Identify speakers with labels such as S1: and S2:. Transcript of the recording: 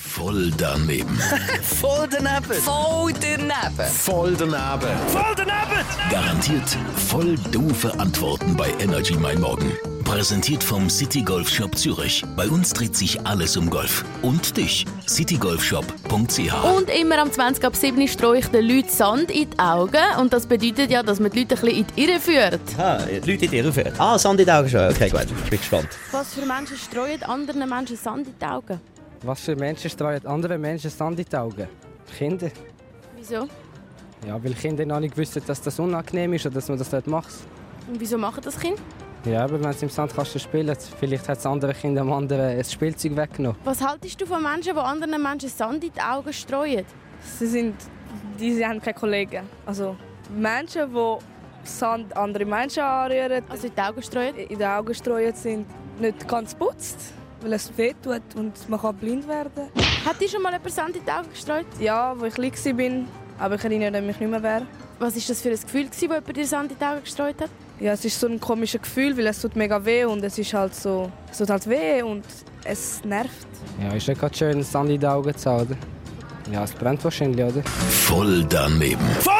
S1: Voll daneben.
S2: Voll daneben.
S3: Voll daneben.
S1: Voll daneben. Garantiert voll doofe Antworten bei Energy Mein Morgen. Präsentiert vom City Golf Shop Zürich. Bei uns dreht sich alles um Golf. Und dich, citygolfshop.ch.
S4: Und immer am 20 ab 7 streue ich den Leuten Sand in die Augen. Und das bedeutet ja, dass man die Leute ein bisschen in die Irre führt.
S2: Ah, die Leute in die Irre führen. Ah, Sand in die Augen schon. Okay, gut. Ich bin gespannt.
S4: Was für Menschen streuen anderen Menschen Sand in die Augen?
S5: Was für Menschen streuen andere Menschen Sand in die Augen? Kinder.
S4: Wieso?
S5: Ja, weil Kinder noch nicht wissen, dass das unangenehm ist oder dass man das nicht macht.
S4: Und wieso machen das Kinder?
S5: Ja, aber wenn sie im Sandkasten spielen, vielleicht hat das andere Kind dem anderen ein Spielzeug weggenommen.
S4: Was haltest du von Menschen, die anderen Menschen Sand in die Augen streuen?
S6: Sie sind, die sie haben keine Kollegen. Also Menschen, die Sand andere Menschen anrühren,
S4: Also in die Augen streuen?
S6: in die Augen streuen, sind nicht ganz putzt, weil es weh tut und man kann blind werden.
S4: Hat dir schon mal jemand Sand in die Augen gestreut?
S6: Ja, wo ich klein war, bin, aber ich erinnere mich nicht mehr wer.
S4: Was war das für ein Gefühl, das jemand dir Sand in die Augen gestreut hat?
S6: Ja, es ist so ein komisches Gefühl, weil es tut mega weh und es ist halt so, es tut halt weh und es nervt.
S5: Ja, ist nicht gerade schön, Sand in die Augen zu haben. oder? Ja, es brennt wahrscheinlich, oder?
S1: Voll daneben. Voll